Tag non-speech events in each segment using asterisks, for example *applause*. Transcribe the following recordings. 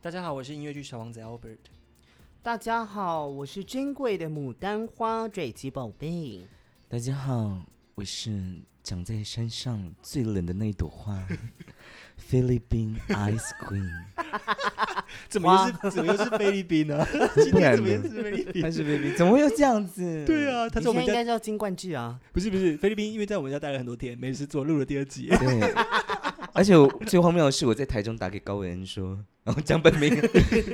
大家好，我是音乐剧小王子 Albert。大家好，我是珍贵的牡丹花坠姬宝贝。大家好，我是长在山上最冷的那一朵花， *laughs* 菲律宾 Ice Queen。怎么又是怎么又是菲律宾 *laughs* 呢？今不天然怎么又呢是菲律他宾？是菲律宾，怎么会有这样子？对，啊，他你在我现在们应家该叫金冠志 *laughs* 啊，不是不是菲律宾，因为在我们家待了很多天，没事做录了第二集。对。而且我最荒谬的是，我在台中打给高伟恩说，然后江本 *laughs* 明，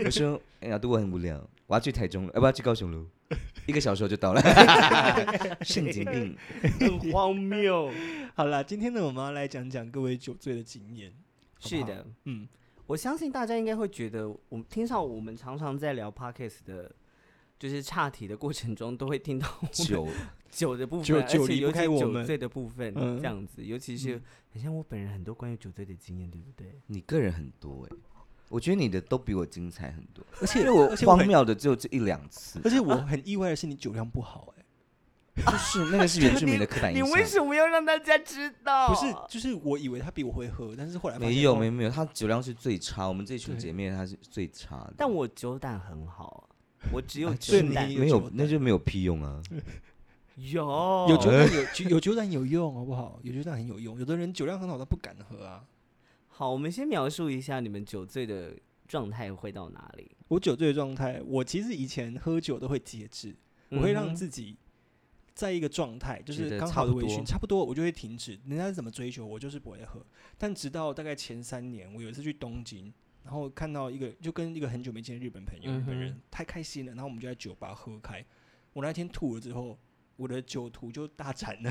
我说：“哎呀，都我很无聊，我要去台中了，哎要不要去高雄喽？一个小时我就到 *laughs* 了。”神经病，很荒谬。 *laughs* 好啦，今天呢，我们要来讲讲各位酒醉的经验。好不好 *laughs* 是的，嗯，我相信大家应该会觉得，我们听到我们常常在聊 podcast 的，就是岔题的过程中，都会听到酒酒的部酒分，而酒且离不尤其开我酒们醉的部分，嗯这样子，尤其是嗯很像我本人很多关于酒醉的经验，对不对？你个人很多哎、我觉得你的都比我精彩很多，而且因为我而且我荒很谬的只有这一两次，而且我很意外的是，你酒量不好哎、就是那个是原住民的刻板你印为象。什么要让大家知道？不是，就是我以为他比我会喝，但是后来发现没有哦没有没有，她酒量是最差，我们这群对姐妹她是最差的。但我酒胆很好，我只有啊酒对你胆有没酒有胆那就没有屁用啊！有有酒胆有酒有酒胆有用，好不好？有酒胆很有用，有的人酒量很好，他不敢喝啊。好，我们先描述一下你们酒醉的状态会到哪里。我酒醉的状态，我其实以前喝酒都会节制，我会嗯让哼自己在一个状态，就觉是得刚差好的不微醺，多差不多我就会停止。人家怎么追求我，就是不会喝。但直到大概前三年，我有一次去东京，然后看到一个就跟一个很久没见的日本朋友，日本人嗯太开心了，然后我们就在酒吧喝开。我那天吐了之后，我的酒图就大展了，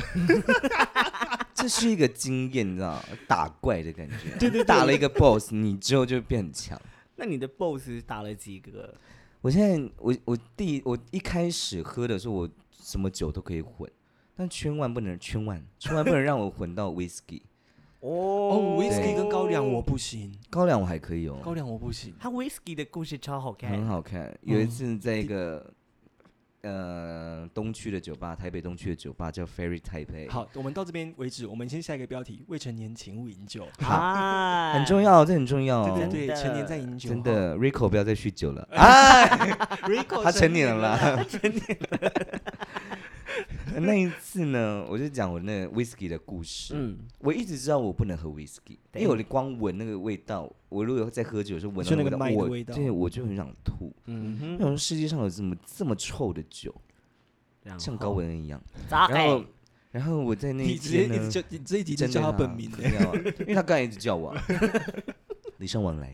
这是一个经验，你知道，打怪的感觉。对对对打了一个 boss，你之后就变很强。那你的 BOSS 打了几个？我现在我我第一我一开始喝的时候，我什么酒都可以混，但千万不能千万千万不能让我混到 whisky。哦哦哦，whisky 跟高粱我不行，高粱我还可以哦，高粱我不行。他 whisky 的故事超好看很，好看。有一嗯次在一个、呃东区的酒吧，台北东区的酒吧叫 Ferry Taipei，，好，我们到这边为止，我们先下一个标题：未成年请勿饮酒。啊，很重。要，这很重要、哦。对对对，真的成年在饮酒，哎真的，Rico 不要再酗酒了，啊 Rico 他成年了。啦，啦。 *laughs* 那一次呢，我就讲我那 whisky 的故事。嗯，我一直知道我不能喝 whisky，因对为我光闻那个味道，我如果在喝酒的时候闻就到那个麦的我味道对我就很想吐。 *laughs* 嗯我哼，想说世界上有这么这么臭的酒，然嗯后像高，文恩一样。然然后，然后我在那你一直接天一直呢，叫，你这一集就真的叫他啦本名不的，要啊因为他刚才一直叫我啊， *laughs* 礼尚往 *laughs* 来。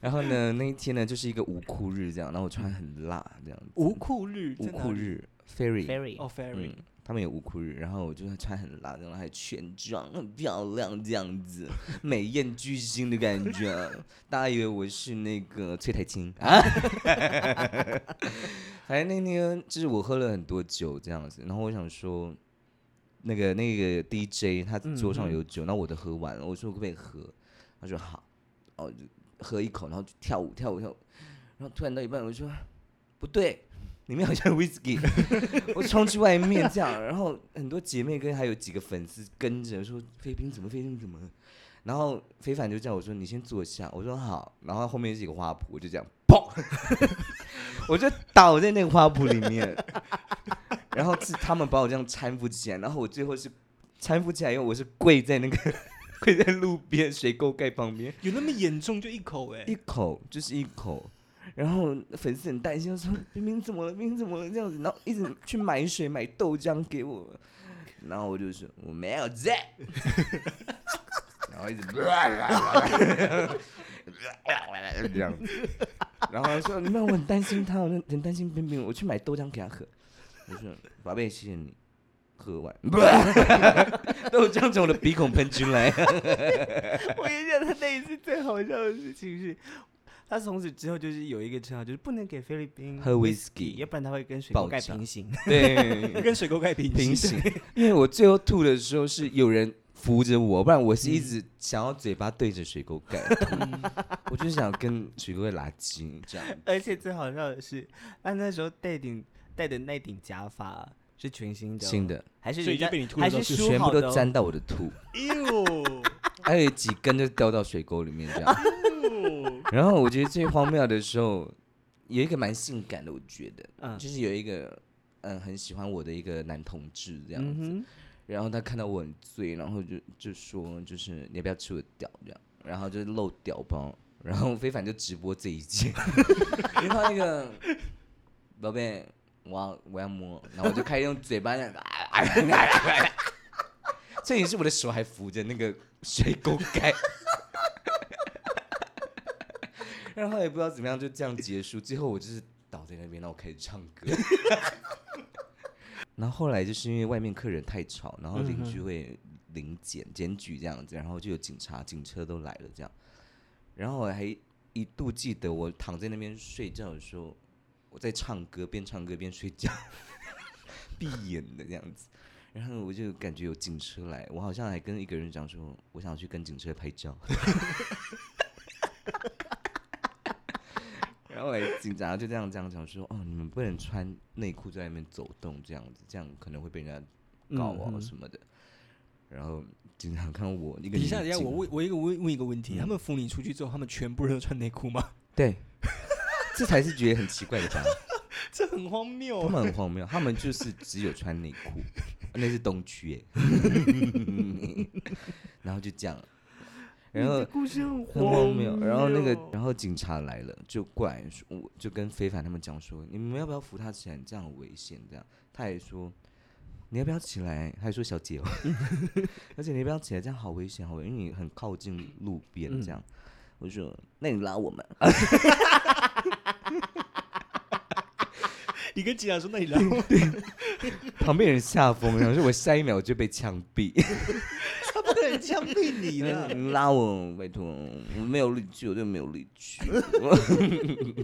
然后呢，那一天呢，就是一个无裤日这样，然后我穿很辣这样子，无裤日，无在哪裤里日 ferry ，Ferry，哦，Ferry，嗯，他们有无裤日，然后我就穿很辣，然后还全妆，很漂亮这样子，美艳巨星的感觉。大家以为我是那个崔台青啊， *laughs* 反正那天就是我喝了很多酒这样子，然后我想说，那个那个 DJ 他桌上有酒，那、我的喝完了，我说我可不可以喝？他说好，哦，就喝一口，然后就跳舞跳舞跳舞，然后突然到一半，我就说不对，里面好像有 whisky，我冲去外面这样，然后很多姐妹跟还有几个粉丝跟着说飞冰怎么飞冰怎么了，然后非凡就叫我说你先坐下，我说好，然后后面是一个花圃，我就这样砰， *laughs* 我就倒在那个花圃里面，然后是他们把我这样搀扶起来，然后我最后是搀扶起来以后，我是跪在那个 *laughs* 跪在路边水沟盖旁边，有那么严重就一口哎一，口就是一口。然后粉丝很担心，说冰冰怎么了？冰冰怎么了？这样子，然后一直去买水、买豆浆给我，然后我就说我没有在， *laughs* 然后一直这样子，然后他说没有，我很担心他，我很担心冰冰，我去买豆浆给他喝。我说宝贝，谢谢你，喝完， *laughs* 豆浆从我的鼻孔喷出 *laughs* 来。我跟你讲，他那一次最好笑的事情是，他从此之后就是有一个称号，就是不能给菲律宾喝 whisky 要不然他会跟水爆锅盖炸平 *laughs* 行。对，跟水沟盖平平行。行， *laughs* *laughs* 因为我最后吐的时候是有人扶着我，不然我是一嗯直想要嘴巴对着水沟盖吐， *laughs* 我就想跟水沟盖拉近这样。而且最好笑的是，他那时候戴顶戴的那顶假发是全新的哦、新的，还是所以人家就被你吐还到是是梳全部好的都哦 *laughs* *laughs* 沾到我的吐，哎呦，还有几根就掉到水沟里面这样。哦，然后我觉得最荒谬的时候，有一个蛮性感的，我觉得，嗯就是有一个嗯很喜欢我的一个男同志这样嗯子，哼，然后他看到我很醉，然后就就说就是你要不要吃我的屌这样，然后就露屌包，然后非凡就直播这一切， *laughs* 因为他那个宝贝，我要我要摸，然后我就开始用嘴巴这样，这也是我的手还扶着那个水沟盖。 *laughs* 然后也不知道怎么样，就这样结束。最后我就是倒在那边，然后我开始唱歌。然后后来就是因为外面客人太吵，然后邻居会临检检举这样子，然后就有警察、警车都来了这样。然后我还一度记得我躺在那边睡觉的时候，我在唱歌，边唱歌边睡觉， *laughs* 闭眼的这样子。然后我就感觉有警车来，我好像还跟一个人讲说，我想去跟警车拍照。 *laughs* 然后来警察就这样这样讲说，哦，你们不能穿内裤在外面走动这样子，这样可能会被人家告嗯啊什么的。然后警察看我一个等一下，等女一下，警我问我一个问问一个问题，他们扶你出去之后，他们全部人都穿内裤吗？ *laughs* 对， *laughs* 这才是觉得很奇怪的吧？这很荒他谬。们很荒谬，他们就是只有穿内裤，那是东区耶，然后就这样，然你后的故事很很荒荒谬，然后那个谬然后警察来了，就过来说，我就跟非凡他们讲说，你们要不要扶他起来？这样很危险，这样，他还说。你要不要起来？他还说小姐哦， *laughs* 而且你要不要起来？这样好危险，好危险，因为你很靠近路边这样。我就说，那你拉我们，你跟警察说，那你来我，旁边人吓疯，然后说我下一秒就被枪毙。他不能枪毙你你的。你拉我，拜托，我没有力气，我就没有力气。 *laughs*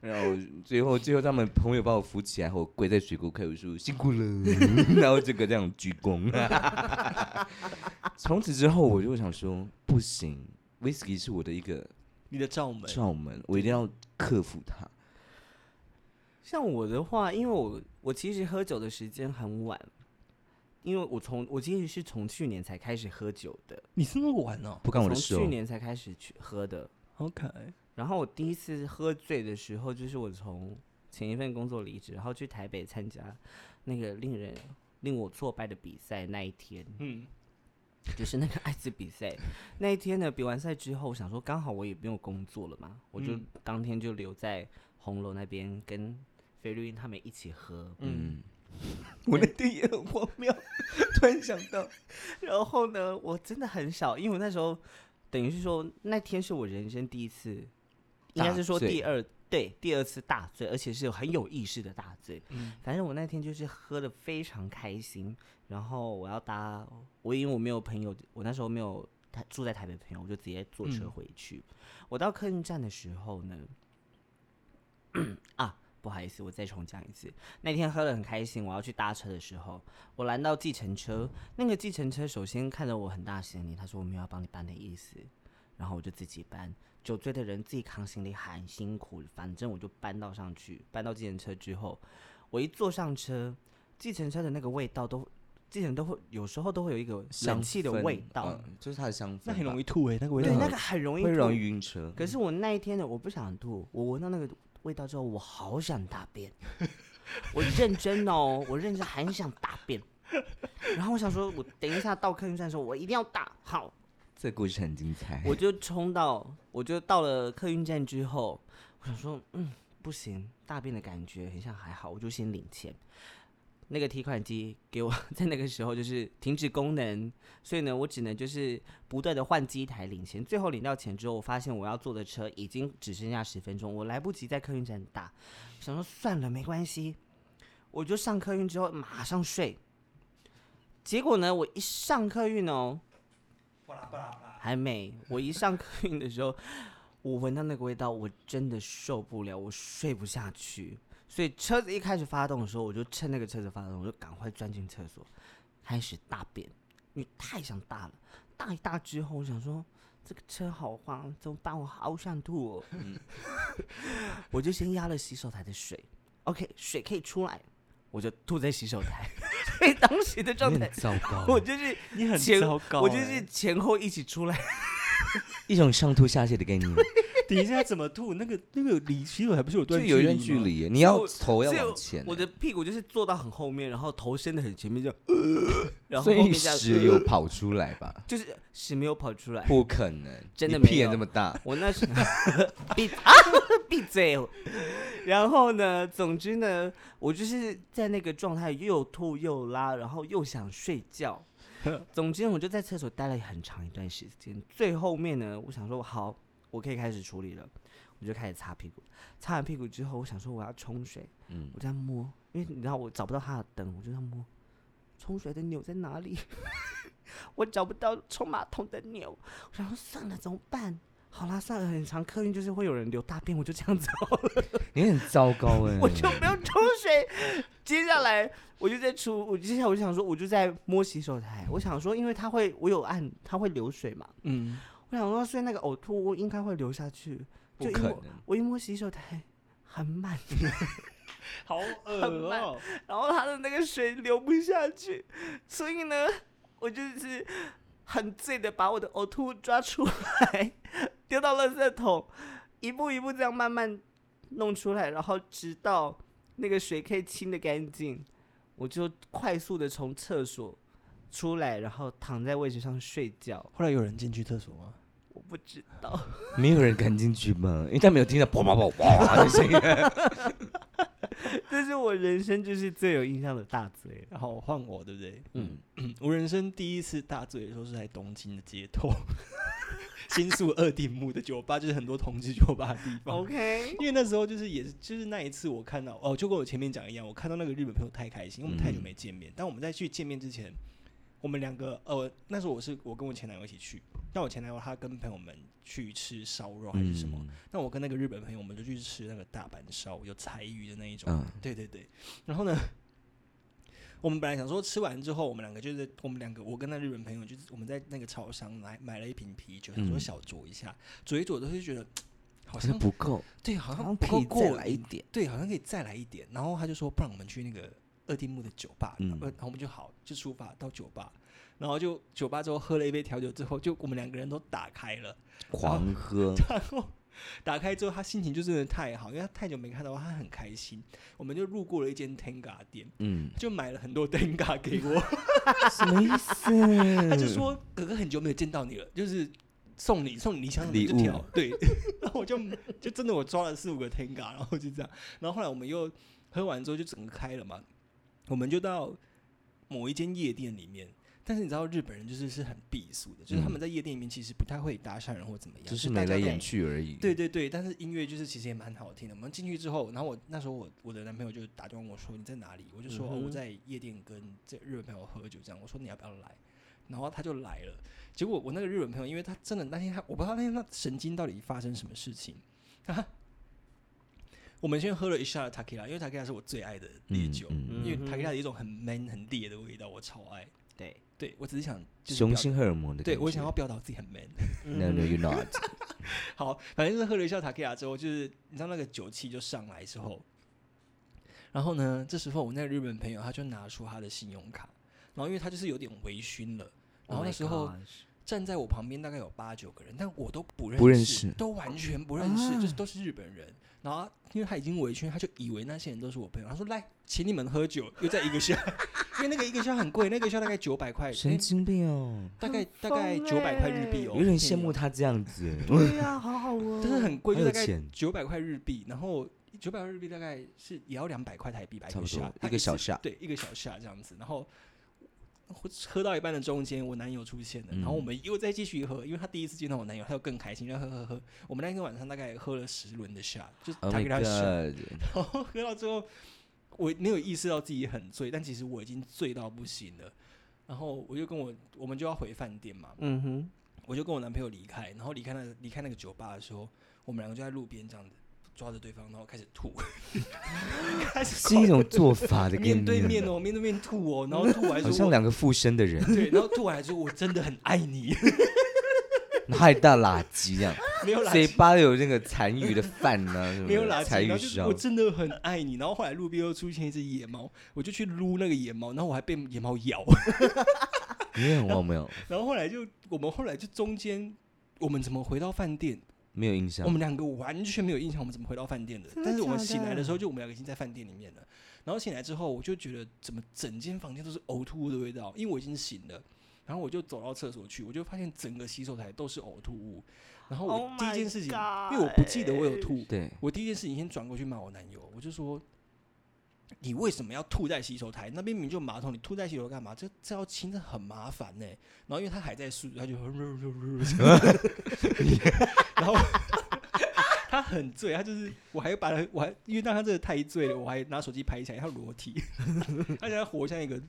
然后最后，最后他们朋友把我扶起来，我跪在水沟开，我说辛苦了， *laughs* 然后这个这样鞠躬。 *laughs* 从此之后，我就想说，不行，whisky 是我的一个 *laughs* 你的罩门，罩门，我一定要克服它。像我的话，因为我我其实喝酒的时间很晚，因为我从我其实是从去年才开始喝酒的，你这么晚哦不干我的从事去哦。年才开始去喝的。 ？OK，然后我第一次喝醉的时候，就是我从前一份工作离职，然后去台北参加那个令人令我挫败的比赛那一天，嗯，就是那个艾滋比赛那一天呢，比完赛之后，我想说刚好我也不用工作了嘛，我就嗯当天就留在红楼那边跟菲律宾他们一起喝，嗯，我那天也很荒谬，突然想到，然后呢，我真的很少，因为我那时候等于是说那天是我人生第一次，应该大是说醉第二对第二次大醉，而且是很有意识的大醉。嗯反正我那天就是喝的非常开心，然后我要搭我因为我没有朋友，我那时候没有台住在台北朋友，我就直接坐车嗯回去。我到客运站的时候呢， *clears throat* 啊，不好意思，我再重讲一次。那天喝的很开心，我要去搭车的时候，我拦到计程车，那个计程车首先看着我很大行李，他说我没有要帮你搬的意思，然后我就自己搬。酒醉的人自己扛行李很辛苦，反正我就搬到上去，搬到计程车之后，我一坐上车，计程车的那个味道都，计程都会有时候都会有一个香冷气的氛味道，嗯就是它的香氛吧，那很容易吐哎，那个味道对，很，那个很容易会吐容易晕车。可是我那一天呢，我不想吐，我闻到那个味道之后，我好想大便，我认真哦，我认真很想大便。然后我想说，我等一下到客运站的时候，我一定要大。好，这个故事很精彩。我就冲到，我就到了客运站之后，我想说，嗯，不行，大便的感觉很像还好，我就先领钱。那个提款机给我 *laughs* 在那个时候就是停止功能，所以呢，我只能就是不断的换机台领钱。最后领到钱之后，我发现我要坐的车已经只剩下十分钟，我来不及在客运站打，想说算了，没关系，我就上客运之后马上睡。结果呢，我一上客运哦，还没，我一上客运的时候，我闻到那个味道，我真的受不了，我睡不下去。所以车子一开始发动的时候，我就趁那个车子发动，我就赶快钻进厕所，开始大便，因为太想大了。大一大之后，我想说这个车好晃，怎么办？我好想吐哦。 *laughs* 我就先压了洗手台的水，OK，水可以出来，我就吐在洗手台。 *laughs* 所以当时的状你态很，糟糕，我就是你很前糟糕欸，我就是前后一起出来。一种上吐下泻的概念，等一下怎么吐？那个那个离洗手台不是有就段有一段距距吗？离，你要我头要所以往前我欸，的屁股就是坐到很后面，然后头伸的很前面，这样，然后所后以面这样，呃屎有跑出来吧？就是屎没有跑出来。不可能，真的你没屁眼有这么大，我那时闭啊闭嘴，哦然后呢，总之呢，我就是在那个状态，又吐又拉，然后又想睡觉。总之，我就在厕所待了很长一段时间。最后面呢，我想说好，我可以开始处理了，我就开始擦屁股。擦完屁股之后，我想说我要冲水，嗯，我在摸，因为你知道我找不到它的灯，我就在摸冲水的钮在哪里， *laughs* 我找不到冲马桶的钮，我想说算了，怎么办？好啦，算了，很长客运就是会有人流大便，我就这 *laughs* 样子好了，你很糟糕哎，我就不用冲水。接下来我就在出，我接下来我就想说，我就在摸洗手台，我想说，因为它会，我有按，它会流水嘛，嗯，我想说，所以那个呕吐物应该会流下去，就不一可摸，能，我一摸洗手台很满。好恶慢！然后他的那个水流不下去，所以呢，我就是很醉的把我的呕吐物抓出来，丢到垃圾桶，一步一步这样慢慢弄出来，然后直到那个水可以清的干净，我就快速的从厕所出来，然后躺在位置上睡觉。后来有人进去厕所吗？我不知道，没有人敢进去吗？因为他没有听到啪啪啪啪的声音，这是我人生就是最有印象的大醉了。然后换我，对不对？嗯，我人生第一次大醉的时候是在东京的街头， *laughs* 新宿二丁目的酒吧，就是很多同志酒吧的地哦方。 OK，因为那时候就是也是就是那一次我看到哦，就跟我前面讲一样，我看到那个日本朋友太开心，因为我们太久嗯没见面。但我们在去见面之前，我们两个呃，那时候我是我跟我前男友一起去，但我前男友他跟朋友们去吃烧肉还是什么，嗯那我跟那个日本朋友，我们就去吃那个大阪烧，有柴鱼的那一种。嗯对对对。然后呢，我们本来想说吃完之后，我们两个就是我们两个，我跟那日本朋友就是我们在那个超商来买了一瓶啤酒，想说嗯小酌一下，酌一酌都是觉得好好像像不够，对，好好像像不可够以过再来瘾一点，对，好像可以再来一点。然后他就说，不然我们去那个二丁目的酒吧，嗯呃然后我们就好就出发到酒吧，然后就酒吧之后喝了一杯调酒之后，就我们两个人都打开了。狂喝，然后打开之后，他心情就真的太好，因为他太久没看到他，他很开心。我们就路过了一间 Tenga 店，嗯，就买了很多 *laughs* Tenga 给我。什么意思？嗯他就说：“哥哥很久没有见到你了，就是送你送你想想礼这物条。”对， *laughs* 然后我就就真的我抓了四五个 Tenga，然后就这样。然后后来我们又喝完之后就整个开了嘛，我们就到某一间夜店里面。但是你知道日本人就是是很避俗的，就是他嗯们在夜店里面其实不太会搭讪人或怎么样，就只是眉大家来都眼去而已。对，对对，但是音乐就是其实也蛮好听的。我们进去之后，然后我那时候我我的男朋友就打电话问我说你在哪里？我就说、哦嗯我哼在夜店跟这日本朋友喝酒这样。我说你要不要来？然后他就来了。结果我那个日本朋友，因为他真的那天他我不知道那天他神经到底发生什么事情啊。我们先喝了一下 t a k i l a 因为 t a k i l a 是我最爱的烈嗯酒，嗯因为 t 嗯 a 哼 k i l a 有一种很 man 很烈的味道，我超爱。对，对我只是想就是雄表性荷尔蒙的感对觉。我想要表达自己很 man。 No no you're not。好，反正就是喝了一下塔克亚之后，就是你知道那个酒气就上来之后，然后呢，这时候我那个日本朋友他就拿出他的信用卡，然后因为他就是有点微醺了，然后那时候 *laughs* 站在我旁边大概有八九个人，但我都不认不认识识都完全不认识，就是都是日本人。然后他因为他已经微醺，他就以为那些人都是我朋友，他说来请你们喝酒，又在一个 *laughs* 下，因为那个一个下很贵，那个下大概九百块，神经病哦，大概大疯概九百块日币欸哦，有点不便宜羡哦慕他这样 *laughs* 子。对呀、好好哦，啊真的很贵，就很大有概钱九百块日币，然后九百块日币大概是也要两百块台币吧，一差个不多下，一个小下，下对，一个小下这样子。然后我喝到一半的中间，我男友出现了，然后我嗯们又再继续喝，因为他第一次见到我男友，他又更开心，然后喝喝喝。我们那天晚上大概喝了十轮的下，就是 Oh 他 my 给他下， god！ *laughs* 然后喝到最后，我没有意识到自己很醉，但其实我已经醉到不行了。然后我就跟我我们就要回饭店嘛，嗯哼，我就跟我男朋友离开，然后离开那个离开那个酒吧的时候，我们两个就在路边这样子抓着对方，然后开始吐， *laughs* 开始是一种做法的概念面对面，哦，面对面吐哦，然后吐完好说像我两个附身的 *laughs* 人，对，然后吐完还说我真的很爱你，害大垃 *laughs* 圾这样，没有啦，嘴巴有那个残余的饭 *laughs* 呢，什么没有垃圾，残然后就余烧我。真的很爱你。然后后来路边又出现一只野猫，我就去撸那个野猫，然后我还被野猫咬。 *laughs* 你也很荒谬，然后后来就我们后来就中间，我们怎么回到饭店？没有印象我。们两个完全没有印象我们怎么回到饭店的，真的但是我们假醒来的的时候，就我们两个已经在饭店里面了。然后醒来之后，我就觉得怎么整间房间都是呕吐物的味道，因为我已经醒了。然后我就走到厕所去，我就发现整个洗手台都是呕吐物。然后我 Oh 第一件 my 事情因为我不记得我有 gosh 吐，对，我第一件事情先转过去骂我男友，我就说：“你为什么要吐在洗手台？那边明明就有马桶，你吐在洗手台干嘛？这这要清的很麻烦呢、然后因为他还在睡，他就嗯然后他很醉，他就是我还把他，我还因为当他真的太醉了，我还拿手机拍起来他裸体，而且他活像一个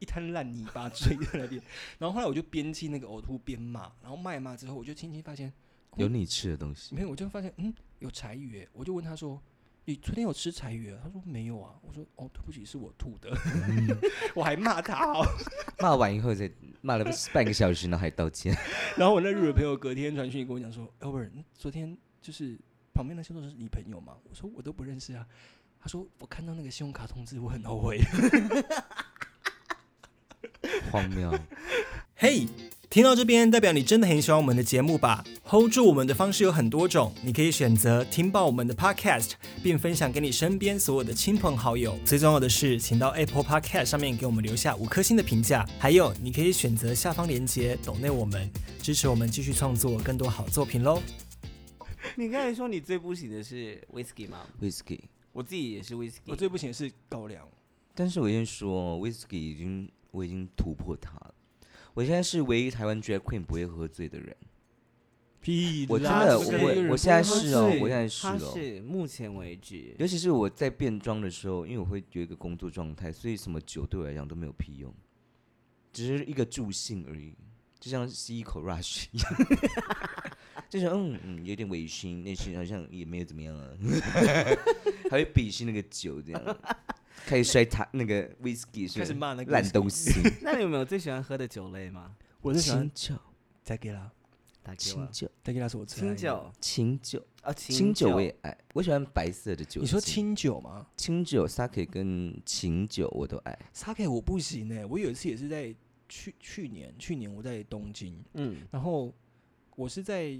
一滩烂泥巴坠在那边。然后后来我就边清那个呕吐边骂，然后骂一骂之后，我就轻轻发现。”有你吃的东西。没有，我就发现嗯有柴鱼耶，我就问他说。你昨天有吃柴鱼、啊？他说没有啊。我说哦，对不起，是我吐的。 *laughs* 我还骂他哦。 *laughs* 骂完以后再骂了半个小时，然后还道歉。 *laughs* 然后我那日本朋友隔天传讯跟我讲说，Albert，你昨天就是旁边那些都是你朋友吗？我说我都不认识啊。他说我看到那个信用卡通知，我很后悔。荒谬。嘿听到这边，代表你真的很喜欢我们的节目吧？Hold 住我们的方式有很多种，你可以选择听爆我们的 Podcast，并分享给你身边所有的亲朋好友。最重要的是，请到 Apple Podcast 上面给我们留下五颗星的评价。还有，你可以选择下方链接抖内我们，支持我们继续创作更多好作品喽。 *laughs* 你刚才说你最不行的是 whisky 吗？ Whisky，我自己也是 whisky，不行是高粱，但是我先说，Whisky 已经我已经突破它了。我现在是唯一台湾 drag queen 不会喝醉的人。屁我真啦的，这我个有会人我不现在喝是哦，醉我现在是他哦。是目前为止尤其是我在变装的时候，因为我会有一个工作状态，所以什么酒对我来讲都没有屁用，只是一个助兴而已，就像吸一口 rush 一样， *laughs* 就是嗯嗯有点微醺，但是好像也没有怎么样啊， *laughs* 还会鄙视那个酒这样，开始摔他那个 whisky 是骂那烂东西，那你有没有最喜欢喝的酒类 *laughs* 吗？我清酒再给啦，打给我清。酒再给啦是我清酒清酒啊，清酒酒我也爱，我喜欢白色的酒精。酒吗？清酒 sake 跟清酒我都爱。 sake 我不行哎、我有一次也是在去去年，去年我在东京，嗯，然后我是在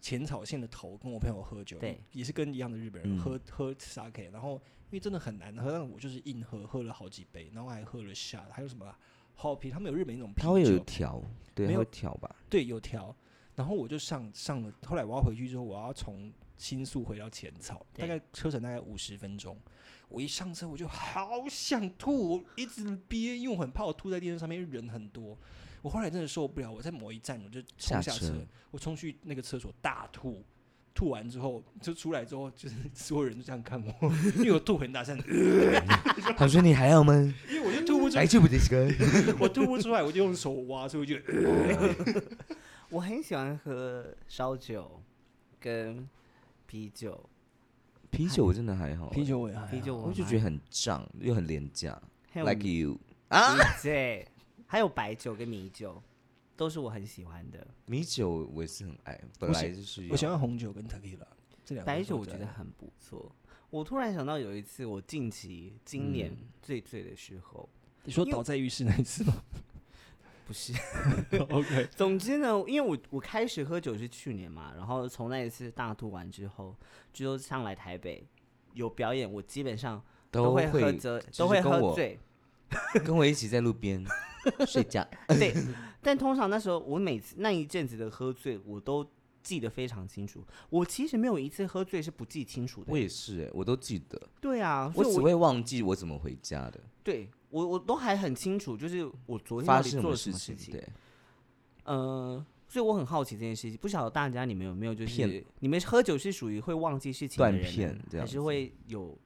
浅草线的头跟我朋友喝酒，对，也是跟一样的日本人嗯喝、喝 sake，然后因为真的很难喝，但我就是硬喝，喝了好几杯，然后还喝了下，还有什么啊 hoppy，他们有日本一种啤它会酒，有调，对，没它有会调吧？对，有调，然后我就上上了，后来我要回去之后，我要从新宿回到浅草，大对概车程大概五十分钟。我一上车我就好想吐，我一直憋，因为我很怕我吐在电车上面，因为人很多。我后来真的受不了，我在某一站我就冲下下车，车我冲去那个厕所大吐，吐完之后就出来之后，就是 *laughs* 所有人都这样看我，因为我吐很大声，他说你还好吗？因为我就吐不出，来就不这个。我吐不出来，我就用手挖，所以我就我很喜欢喝烧酒跟啤酒，啤酒我真的还好欸，啊酒我也还啤酒啊我就觉得很胀又很廉价还有，like you 啊，对，还有白酒跟米酒，都是我很喜欢的。米酒我也是很爱，本我喜来就是我喜要欢红酒跟 tequila 这两个白是酒我最觉爱得很不错。我突然想到有一次，我近期今年嗯最醉的时候，你说因为倒在浴室那一次 *laughs* 吗不是 *laughs* ？OK，总之呢，因为我我开始喝酒是去年嘛，然后从那一次大吐完之后，就上来台北有表演，我基本上都会喝会醉，是都会跟喝我 *laughs* 醉。跟我一起在路边 *laughs* 睡觉。对，但通常那时候我每次那一阵子的喝醉，我都记得非常清楚。我其实没有一次喝醉是不记清楚的我。也是哎，我都记得，对啊，我所以只我会忘记我怎么回家的，对我我都还很清楚，就是我昨天到发底生做了事什么情事。情。对，呃，所以我很好奇这件事情，不晓得大家你们有没有就骗是你们喝酒是属于会忘记事情的断人呢片这样还是子会有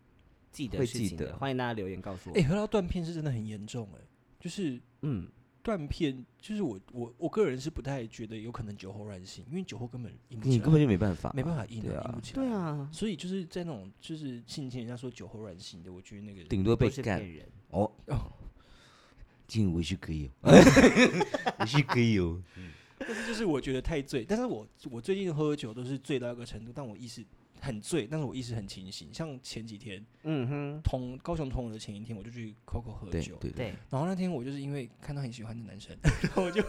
记得会事记情的？得欢迎大家留言告诉我。哎、喝到断片是真的很严重哎、就是嗯，断片，就是我我我个人是不太觉得有可能酒后乱性，因为酒后根本硬不你起根来，本就没办法，没办法硬对的、啊硬不起来。对，啊，所以就是在那种就是信前人家说酒后乱性的，我觉得那个顶多都被是干骗人。哦哦。进我是可以哦，我是可以哦。但是就是我觉得太醉，但是我我最近喝酒都是醉到一个程度，但我意识很醉，但是我意识很清醒。像前几天嗯哼，同高雄同我的前一天，我就去 COCO 喝对酒，对，对，然后那天我就是因为看到很喜欢的男生，然后我就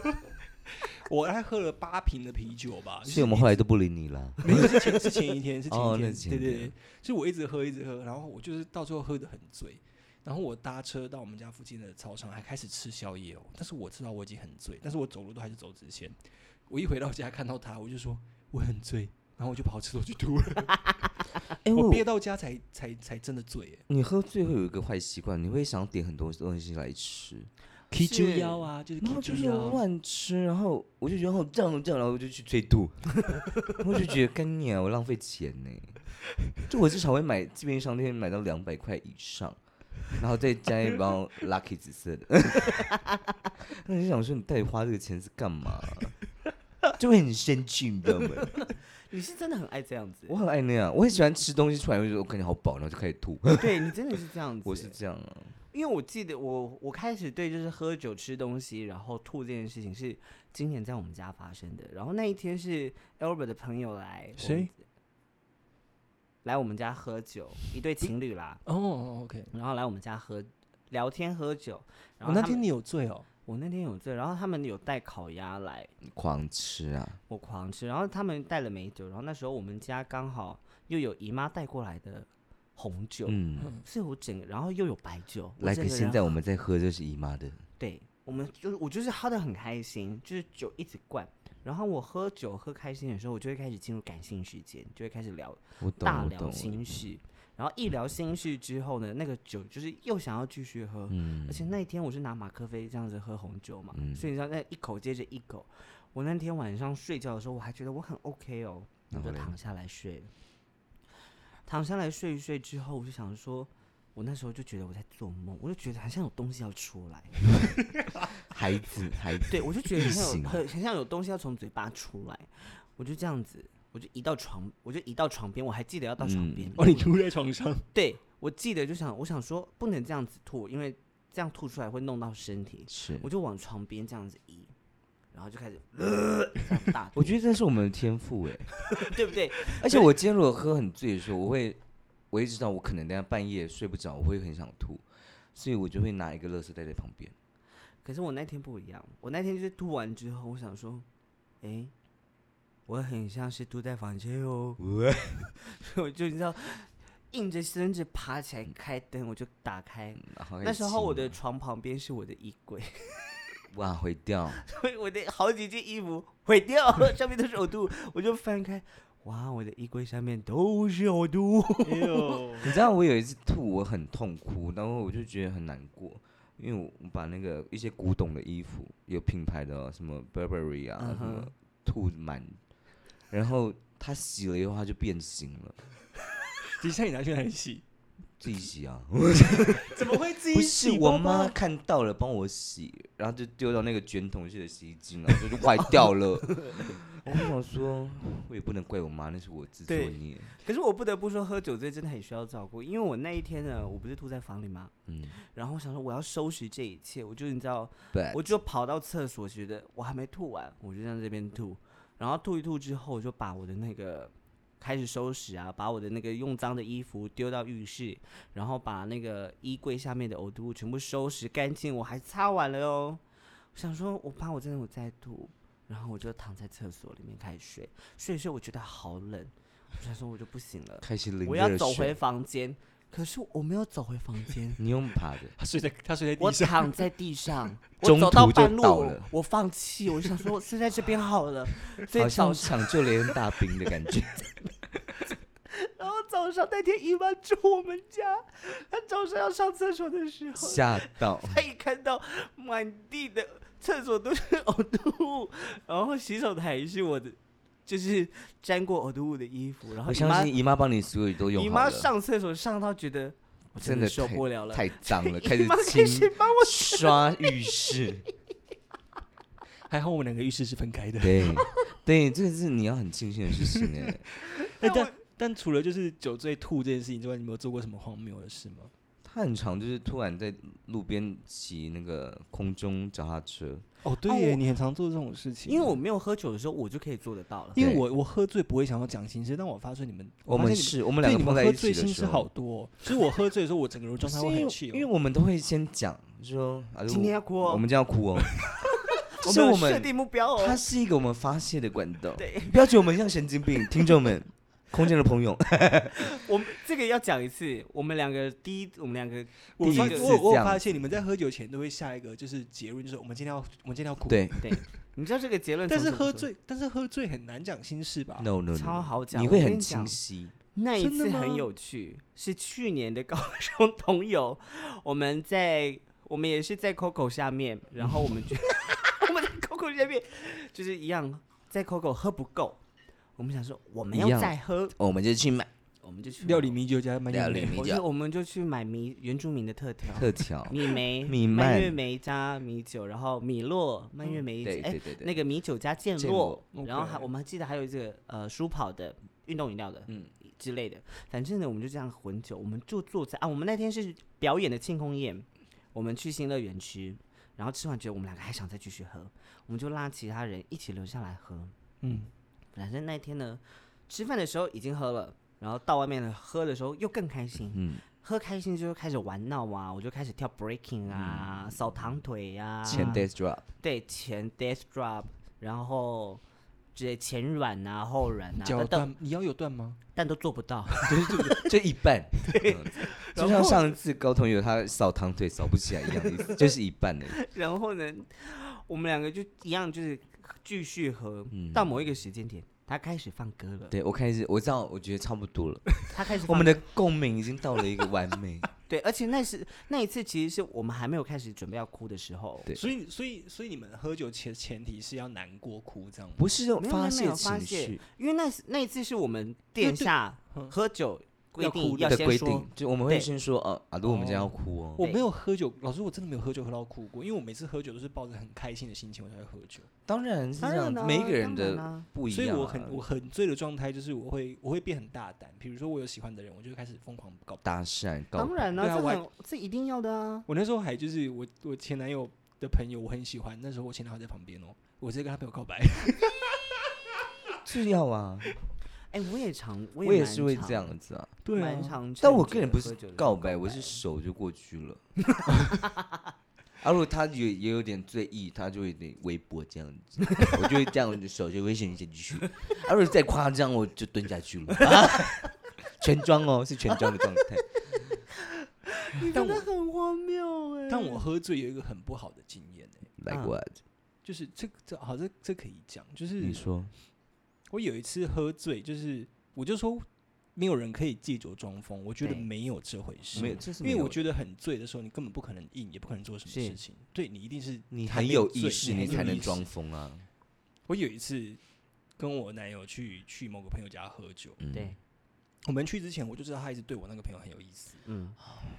我还喝了八瓶的啤酒吧。就所以是我们一后来直都不理你了。没有是前是前一天是前哦一那天，是前对一对天对，就我一直喝一直喝，然后我就是到最后喝的很醉。然后我搭车到我们家附近的操场，还开始吃宵夜哦。但是我知道我已经很醉，但是我走路都还是走直线。我一回到家看到他，我就说我很醉，然后我就跑厕所去吐了。哎我憋到家才才才真的醉耶。你喝醉会有一个坏习惯，你会想点很多东西来吃，啤酒是腰啊，就是然后啤就酒是腰。乱吃，然后我就觉得好胀好胀，然后我就去催吐， *laughs* 我就觉得干你啊，我浪费钱呢。就我至少会买，基本上那天买到两百块以上，然后再加一 *laughs* 包 Lucky 紫色的。 *laughs* 那你想说你到底花这个钱是干嘛？就会很生气，你知道吗？你是真的很爱这样子我，很爱那样，我很喜欢吃东西出来，我就觉得我感觉好饱，然后就开始吐。 *laughs* 对你真的是这样子。我是这样啊，因为我记得我我开始对就是喝酒吃东西然后吐这件事情是今年在我们家发生的，然后那一天是 Albert 的朋友来我们谁？来我们家喝酒，一对情侣啦，哦，OK。然后来我们家喝聊天喝酒，然我后那他天们你有醉哦，我那天有醉，然后他们有带烤鸭来，狂吃啊！我狂吃，然后他们带了美酒，然后那时候我们家刚好又有姨妈带过来的红酒，嗯，所以我整个然后又有白酒，我来，整可个现人在我们在喝就是姨妈的，对，我们就是我就是喝的很开心，就是酒一直灌。然后我喝酒喝开心的时候，我就会开始进入感性世界，就会开始聊我懂，大我聊懂。嗯心事。然后一聊心事之后呢，那个酒就是又想要继续喝，嗯而，且那一天我是拿马克杯这样子喝红酒嘛，嗯所以你知道那一口接着一口。我那天晚上睡觉的时候，我还觉得我很 OK 哦，我然后就嘞躺下来睡了。躺下来睡一睡之后，我就想说，我那时候就觉得我在做梦，我就觉得好像有东西要出来，孩子，孩子，对，我就觉得异很像 *laughs* 形有很很像有东西要从嘴巴出来，我就这样子，我就移到床，我就移到床边，我还记得要到床嗯边。哦，你吐在床 *laughs* 上，对，我记得就想，我想说不能这样子吐，因为这样吐出来会弄到身体，是，我就往床边这样子移，然后就开始、呃、这样大吐，我觉得这是我们的天赋哎。 *laughs* 得对不对？而且我今天如果喝很醉的时候，我会，我也知道我可能等下半夜睡不着，我会很想吐，所以我就会拿一个垃圾袋在旁边。可是我那天不一样，我那天就是吐完之后，我想说，哎、我很像是吐在房间哦， *laughs* 所以我就你知道，硬着身子爬起来开灯，我就打开，然后开那始时候清我的理床旁边是我的衣柜，哇毁掉，所以我的好几件衣服毁掉，上面都是呕吐，我就翻开，哇，我的衣柜上面都是呕吐。哎呦， *laughs* 你知道我有一次吐，我很痛哭，然后我就觉得很难过，因为我把那个一些古董的衣服，有品牌的哦、什么 Burberry 啊，嗯什哼么吐满，然后它洗了以后它就变形了，底下你拿去哪里洗？自己洗啊， *laughs* 怎么会自不是我妈看到了帮我洗，然后就丢到那个卷筒式的洗衣机了，就就坏 *laughs* 掉了。我想说，我也不能怪我妈，那是我自作对孽。可是我不得不说，喝酒醉真的很需要照顾，因为我那一天呢，我不是吐在房里吗？嗯，然后我想说我要收拾这一切，我就你知道，对，我就跑到厕所，觉得我还没吐完，我就在这边吐，然后吐一吐之后，我就把我的那个开始收拾啊，把我的那个用脏的衣服丢到浴室，然后把那个衣柜下面的呕吐物全部收拾干净，我还擦完了哦。我想说，我怕我真的我再吐，然后我就躺在厕所里面开始睡，睡一睡我觉得好冷，我想说我就不行了，开始 *laughs* 淋我要热走水回房间，可是我没有走回房间。你用爬的。他睡在他睡 *laughs* 在我地上，躺在地上，我中走到途就半路倒了，我放弃，我就想说睡在这边好 *laughs* 了。所好以早像上，抢救连恩大兵的感 *laughs* 觉。然后哦早上那天姨妈住我们家，她早上要上厕所的时候，吓到，她一看到满地的厕所都是呕吐物，然后洗手台是我的，就是沾过呕吐物的衣服，然后我啊姨相妈信姨妈帮你所有都用姨好妈了，上厕所上到觉得我真的的受太不了了，太脏 *laughs* 了，开姨始妈开始清帮我刷 *laughs* 浴室。还好我们两个浴室是分开的。对，对，这是你要很庆幸的事情哎。哎但但除了就是酒醉吐这件事情之外，你有没有做过什么荒谬的事吗？ *laughs* 他很常就是突然在路边骑那个空中脚踏车，哦，对哦耶，我你很常做这种事情。因为我没有喝酒的时候，我就可以做得到了。因为对我我喝醉不会想要讲心事，但我发现你们，我发们现你是我们对两你个们放在喝一起醉心的时事候好，多、哦，就是我喝醉的时候，我整个人状态是会因很为气、因为我们都会先讲说，啊今天要哭哦 *laughs* *laughs* 我们就要哭哦，这是们有我们设定目标哦。它是一个我们发泄的管道。对，不要觉得我们像神经病，听众们，空间的朋友，我们这个要讲一次，我们两个第一，我们两个我第发一个我有我这有样发子现你们在喝酒前都会下一个就是结论，就是我们今天要我们今天要哭。，对对，你知道这个结论从但什是么时候，喝醉，但是喝醉很难讲心事吧？ ，no no，, no 超好讲，你我会跟很讲清晰。那一真的次很吗有趣，是去年的高中同友，我们在我们也是在 Coco 下面，然后我们就 *laughs* 我们在 Coco 下面就是一样，在 Coco 喝不够，我们想说我们一要样再喝，哦我们就去买我们就去料买理米酒加蔓越料理莓，米我酒就我们就去买米原住民的特调，特调，米梅、米蔓越蔓嗯莓加米酒，然后米洛、蔓越莓，对哎对对对那个米酒加健健洛，洛然后还 OK 我们还记得还有这个呃舒跑的运动饮料的，嗯嗯之类的。反正呢，我们就这样混酒，我们就坐在啊，我们那天是表演的庆功宴，我们去新乐园吃，然后吃完觉得我们两个还想再继续喝，我们就拉其他人一起留下来喝。嗯，反正那天呢，吃饭的时候已经喝了，然后到外面喝的时候又更开心，嗯，喝开心就开始玩闹啊，我就开始跳 breaking 啊，扫堂腿啊，嗯前 death drop，对前 death drop，然后直接前软啊后软啊，脚但但断你要有断吗？但都做不 *laughs* 到，就一半，嗯就然像后上次高同友他扫堂腿扫不起来一样的意思，就是一半的。然后呢，我们两个就一样就是继续喝，嗯到某一个时间点，他开始放歌了，对我开始我知道，我觉得差不多了，他开始我放们的共鸣已经到了一个完美。对，而且那是那一次其实是我们还没有开始准备要哭的时候，对所以所以所以你们喝酒前前提是要难过哭这样吗？不是没有发没有没泄有发情泄绪因为那是那一次是我们因为殿对下嗯喝酒规要定哭要的先规说定，，就我们会对先说哦，啊，如果我们今天要哭哦，我没有喝酒，老师，我真的没有喝酒喝到哭过，因为我每次喝酒都是抱着很开心的心情我才会喝酒，当然是当这样然，啊每一个人当然的啊不一所样以啊。我很我很醉的状态就是我会我会变很大胆，比如说我有喜欢的人，我就会开始疯狂告白。搭讪，告当然啦、对啊这我还很这一定要的啊。我那时候还就是我我前男友的朋友，我很喜欢，那时候我前男友在旁边哦，我直接跟他朋友告白。是要啊，哎、我也常，我我也也蛮是会常这，样子啊。蛮常趁但我着个人不喝是酒的时候告白，我是手就过去了。 *laughs* 啊，如果他也也有点醉意，他就有点微博这样子，我就会这样，我的手就会伸进去。啊，如果再夸张，我就蹲下去了。 *laughs* 啊、全装哦，是全装的状态。你但真的很荒谬哎、但我喝醉有一个很不好的经验、欸、 Like 嗯 what？、就是这个这好这这可以讲，就是你说我有一次喝醉，就是我就说没有人可以借酒装疯，我觉得对没有这回事，没有，这是因没为有我的觉得很醉的时候，你根本不可能硬，也不可能做什么是事情，对你一定是你还很没有醉意识，还没你有才意能识装疯啊。我有一次跟我男友去去某个朋友家喝酒，嗯对，我们去之前我就知道他一直对我那个朋友很有意思嗯，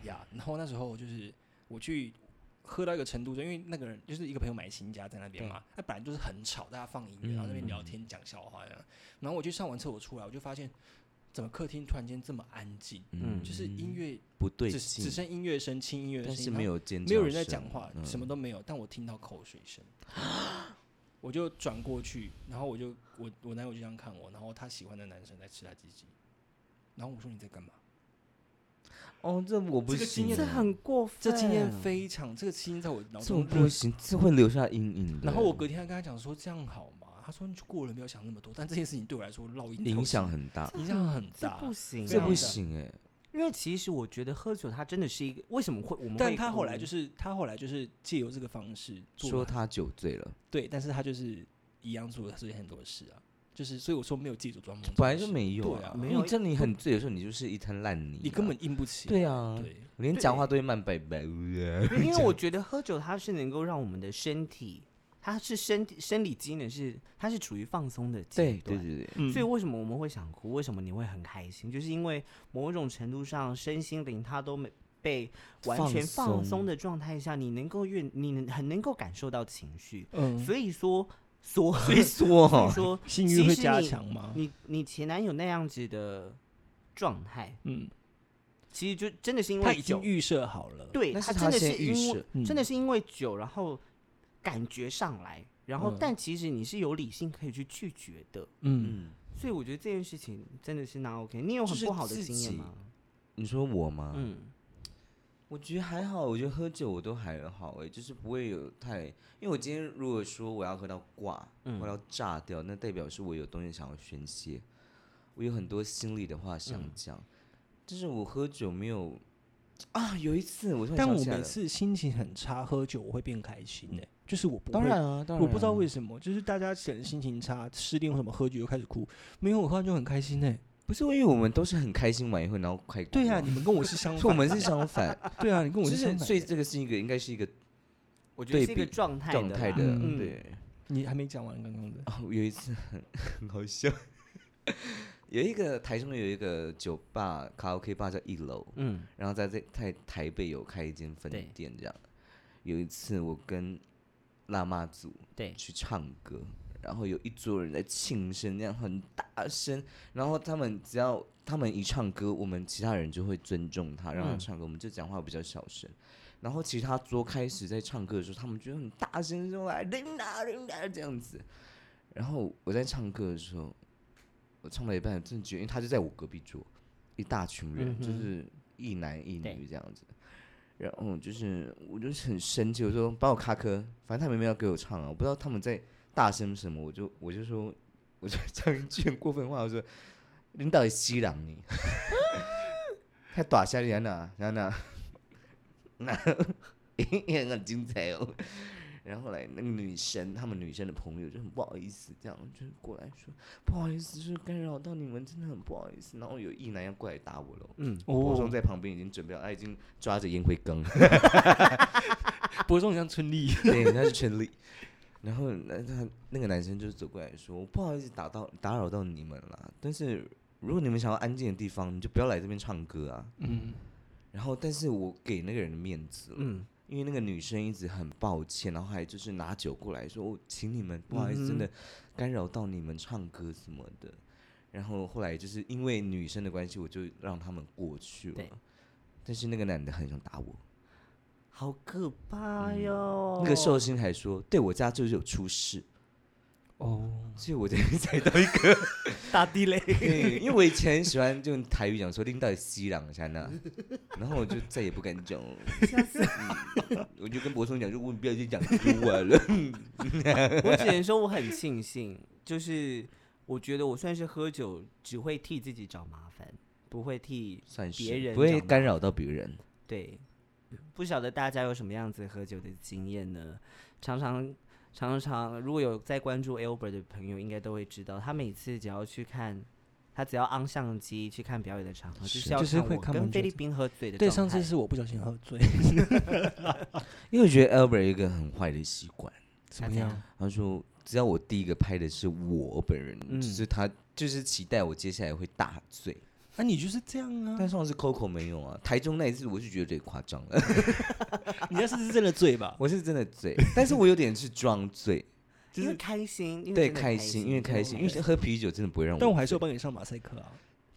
呀。然后那时候就是我去喝到一个程度，就因为那个人就是一个朋友买新家在那边嘛，他本来就是很吵，大家放音乐，然后那边嗯聊天讲笑话这样。然后我去上完厕所出来，我就发现怎么客厅突然间这么安静，嗯就是音乐不对只只劲，剩音乐声、轻音乐的但声是音，没然后有尖没有叫人在声讲话，嗯什么都没有，但我听到口水声， *gasps* 我就转过去，然后我就我我男友就这样看我，然后他喜欢的男生在吃他鸡鸡，然后我说你在干嘛？哦，这我不这个经行，啊验这很过分，这经验非常，这个经验在我脑这种中不热。行，这会留下阴影的。然后我隔天还跟他讲说这样好吗？他说你就过了，没有想那么多。但这件事情对我来说烙印影头响上很大，影响很这大不。行、非这常不大行哎。因为其实我觉得喝酒它真的是一个为什么会我们会，但他后来就是他后来就是借由这个方式做说了他酒醉了，对，但是他就是一样做了这些很多事啊，就是所以我说没有借酒装疯这件事，本来就没有对啊没因为有你真的你很醉的时候，你就是一滩烂泥啊，你根本硬不起来。对啊，对，连对讲话都会慢白白。因为我觉得喝酒它是能够让我们的身体，它是身体生理机能是它是处于放松的阶对段，对对对，嗯所以为什么我们会想哭？为什么你会很开心？就是因为某种程度上，身心灵它都没被完全放放松松的状态下，你能够越你能很能够感受到情绪。嗯，所以说，所所以所以说说，性其欲会实加你强吗？你你前男友那样子的状态，嗯，其实就真的是因他为已经酒，预设好了。对那他是真他的是先预因为设嗯真的是因为酒，然后感觉上来，然后嗯但其实你是有理性可以去拒绝的。嗯，嗯，所以我觉得这件事情真的是那 OK。你有就很是啊不好的自经验己吗？你说我吗？嗯，我觉得还好，我觉得喝酒我都还好哎、就是不会有太，因为我今天如果说我要喝到挂，喝到炸掉，那代表是我有东西想要宣泄，我有很多心里的话想讲，但是我喝酒没有啊，有一次我突然但想我起来每了次心情很差，喝酒我会变开心嗯呢、就是我不当会然啊，当然啊、我不知道为什么，就是大家可能心情差、失恋或什么，喝酒就开始哭。没有我喝完就很开心呢、欸不是因为我们都是很开心完以后，然后快对啊，呀、你们跟我是相反，所以 *laughs* 我们是相反，对啊，你跟我就是相反是的。所以这个是一个应该是一个我觉得是对一个比状态状的态啦的，嗯对。你还没讲完刚刚的，哦，有一次很 *laughs* 很好笑，有一个台中有一个酒吧卡拉 OK 吧叫一楼，嗯，然后在在台台北有开一间分对店这样。有一次我跟辣妈组对，去唱歌，然后有一桌人在庆生，那样很大声，然后他们只要他们一唱歌，我们其他人就会尊重他，让他嗯唱歌，我们就讲话比较小声。然后其他桌开始在唱歌的时候，他们就很大声说来琳达琳达这样子。然后我在唱歌的时候，我唱到一半，真的觉得，因为他就在我隔壁桌，一大群人，嗯哼就是一男一对女这样子。然后就是我就是很生气，我说帮我卡壳，反正他们没有要给我唱啊，我不知道他们在大声什么，我就我就说， *laughs* 我就讲一句很过分的话，我说领导也西狼你， *laughs* 他打下来哪哪哪， *laughs* 那也哎很精彩哦。 *laughs* 然后后来那个女生，他们女生的朋友就很不好意思，这样就过来说不好意思，就是干扰到你们，真的很不好意思。然后有一男要过来打我了，嗯，国哦中在旁边已经准备好，他已经抓着烟灰缸，伯仲像春丽，对，他是陈立。 *laughs* 然后那他那个男生就走过来说：“我不好意思打到打扰到你们了，但是如果你们想要安静的地方，你就不要来这边唱歌啊。嗯，”然后，但是我给那个人的面子了，嗯，因为那个女生一直很抱歉，然后还就是拿酒过来说：“我请你们，不好意思，真的干扰到你们唱歌什么的。”然后后来就是因为女生的关系，我就让他们过去了对。但是那个男的很想打我，好可怕哟。嗯那个寿星还说：“对我家就是有出事。”哦，所以我才会猜到一个打地雷，对，因为我以前很喜欢用台语讲说拎到西朗山呐， *laughs* 然后我就再也不敢讲了，嗯我就跟柏松讲说，我 *laughs* 不要再讲出我了。我只能说我很庆幸，就是我觉得我算是喝酒只会替自己找麻烦，不会替算是别人不会讲干扰到别人，对，不晓得大家有什么样子喝酒的经验呢？常常常常，如果有在关注 Albert 的朋友，应该都会知道，他每次只要去看，他只要昂相机去看表演的场合，就是是要就是看会我看跟完菲就律宾喝醉的对，上状次态啊是我不小心喝醉，因为我觉得 Albert 有一个很坏的习惯，怎么样？他说只要我第一个拍的是我本人，嗯就是他就是期待我接下来会大醉，啊，你就是这样但啊，上次 Coco 没有啊，台中那一次我是觉得有点夸张了，啊你那次是真的醉吧？ *laughs* 我是真的醉，但是我有点是装醉，就因为是开心， *laughs* 因为对真的开心，因为真的开心，因为心喝啤酒真的不会让我但我还是要帮你上马赛克啊。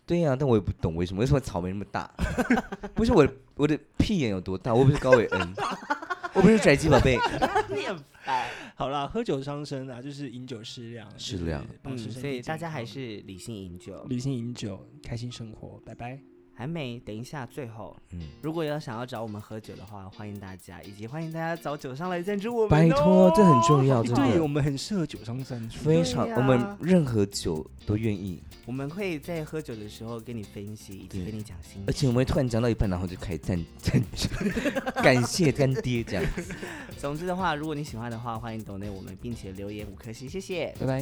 对呀、但我也不懂为什么，为什么草莓那么大？ *laughs* 不是我的我的屁眼有多大？我不是高伟恩，我不是宅基 *laughs* 宝贝，你很烦，好啦，喝酒伤身啊，就是饮酒适量，适哦就是量保嗯，持身体所以大家健还康是理性饮酒。理性饮酒，开心生活，拜拜。还没，等一下，最后，嗯如果要想要找我们喝酒的话，欢迎大家，以及欢迎大家找酒商来赞助我们、哦拜托，这很 *laughs* 重要，真对我的，们很适合酒商赞助，非常，对呀我们任何酒都愿意，我们会在喝酒的时候跟你分析，以及对跟你讲心而且我们会突然讲到一半，然后就开始赞赞， *laughs* 感谢干爹这样，情。总之的话，如果你喜欢的话，欢迎 d o 我们，并且留言五颗星，谢谢。拜拜。